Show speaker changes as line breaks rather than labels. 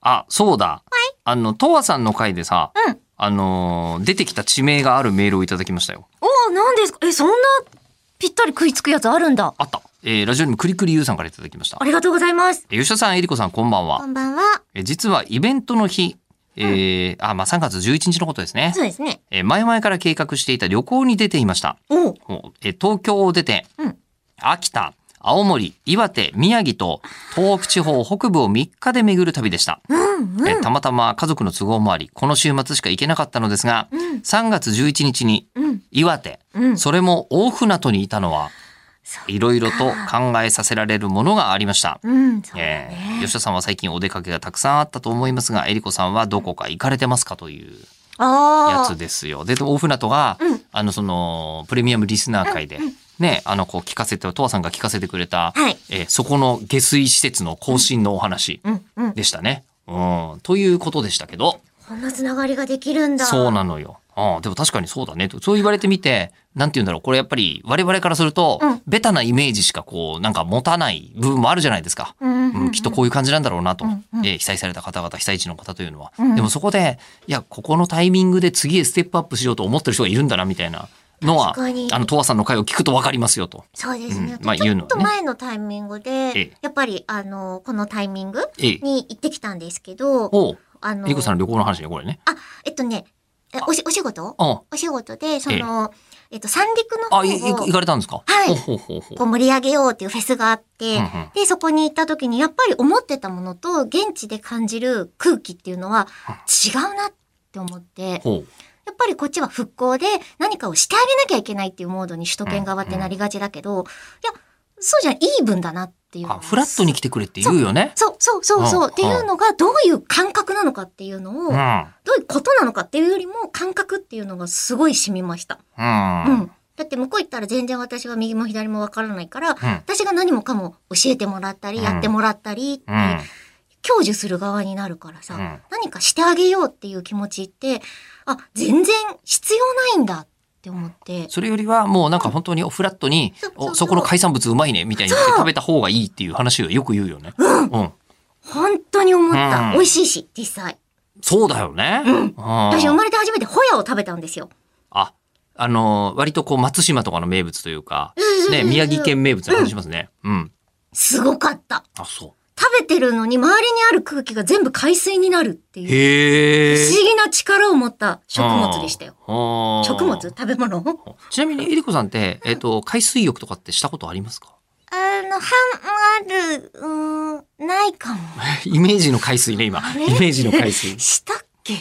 あ、そうだ。あの、とわさんの回でさ、
うん
あのー出てきた地名があるメールをいただきましたよ。
おお、なんですかえ、そんなぴったり食いつくやつあるんだ。
あった。えーラジオネームくりくりゆうさんからいただきました
あ。りがとうございます。
え吉田さん、えりこさん、こんばんは。
んばんは。
え実はイベントの日、えーあ、まあ、3月11日のことですね。
そうですね。
えー前々から計画していた旅行に出ていました。
おお。
おえー東京を出て、
うん
秋田、青森、岩手、宮城と、東北地方北部を3日で巡る旅でした。
うんうん。
えーたまたま家族の都合もあり、この週末しか行けなかったのですが、
うん
3月11日に
うん
岩手、
うん。
それも大船渡にいたのは、
そう
いろいろと考えさせられるものがありました。
うん、そうだ
え
ね
ー、吉田さんは最近お出かけがたくさんあったと思いますが、えりこさんはどこか行かれてますかというや
ああ
つ。ですよ。で、大船渡が、
うん
あの、その、プレミアムリスナー会で、ね、あの、こう聞かせて、とわさんが聞かせてくれた、
はい
えーそこの下水施設の更新のお話
うんうん。
でしたね。うん、ということでしたけど、
こんなつながりができるんだ。
そうなのよ。ああ、でも確かにそうだねと。そう言われてみて、なんて言うんだろう。これやっぱり我々からすると、
うん
ベタなイメージしかこう、なんか持たない部分もあるじゃないですか。
うんうんうん
うんきっとこういう感じなんだろうなと、
うんうん
えー被災された方々被災地の方というのは、
うん
でもそこでいやここのタイミングで次へステップアップしようと思ってる人がいるんだなみたいなのは
確かに
あのとわさんの回を聞くと分かりますよと。
そうですね。
うんまあ
ち
言う
ょ
の
っ
は
と
ね
前のタイミングで、
ええ
やっぱり、あの、このタイミング
ええ
に行ってきたんですけど、
おう
あの
えりこさんの旅行の話ねこれね。
あ、えっとね、えおしお仕事
あ
お仕事で、その、えっと、三陸の
あいい
方
行
を
かれたんですか
はい
ほうほうほうほう
こう盛り上げようっていうフェスがあって、
うんうん
で、そこに行った時に、やっぱり思ってたものと、現地で感じる空気っていうのは違うなって思って、
ほう
やっぱりこっちは復興で何かをしてあげなきゃいけないっていうモードに首都圏側ってなりがちだけど、いや、そうじゃん、イーブンだなっていうの
あ
は。
フラットに来てくれって言うよね。
そうそうそう
うんう
そ
ん
う。っていうのがどういう感覚なのかっていうのを、
うん、う
ど
ん
ういうことなのかっていうよりも感覚っていうのがすごい染みました。うん。だって向こう行ったら全然私は右も左もわからないから、私が何もかも教えてもらった
う
り、
ん
やってもらったりって、
うん
享受する側になるからさ、
うん
何かしてあげようっていう気持ちって、あ、全然必要ないんだって思って。
それよりはもうなんか本当にフラットに
そう、そう
おそこの海産物うまいねみたいに言って食べた方がいいっていう話をよく言うよね。うん。
本当に思っ
う
た。
ん
美味しいし、実際。
そうだよね。うん。
私生まれて初めてホヤを食べたんですよ。
あ、あのー、割とこう松島とかの名物というか、ね、宮城県名物の話しますね。うん。
すごかった。
あ、そ
食べてるのに周りにある空気が全部海水になるって
う。
いう、
へ
不
え。
思議な力を持った食物でしたよ。
よ
食物食べ物あ
ちなみに、えりこさんって、えっと、海水浴とかってしたことありますか
の、半ある、うん、ないかも。
イメージの海水ね、今。イメージの海水。
したっけ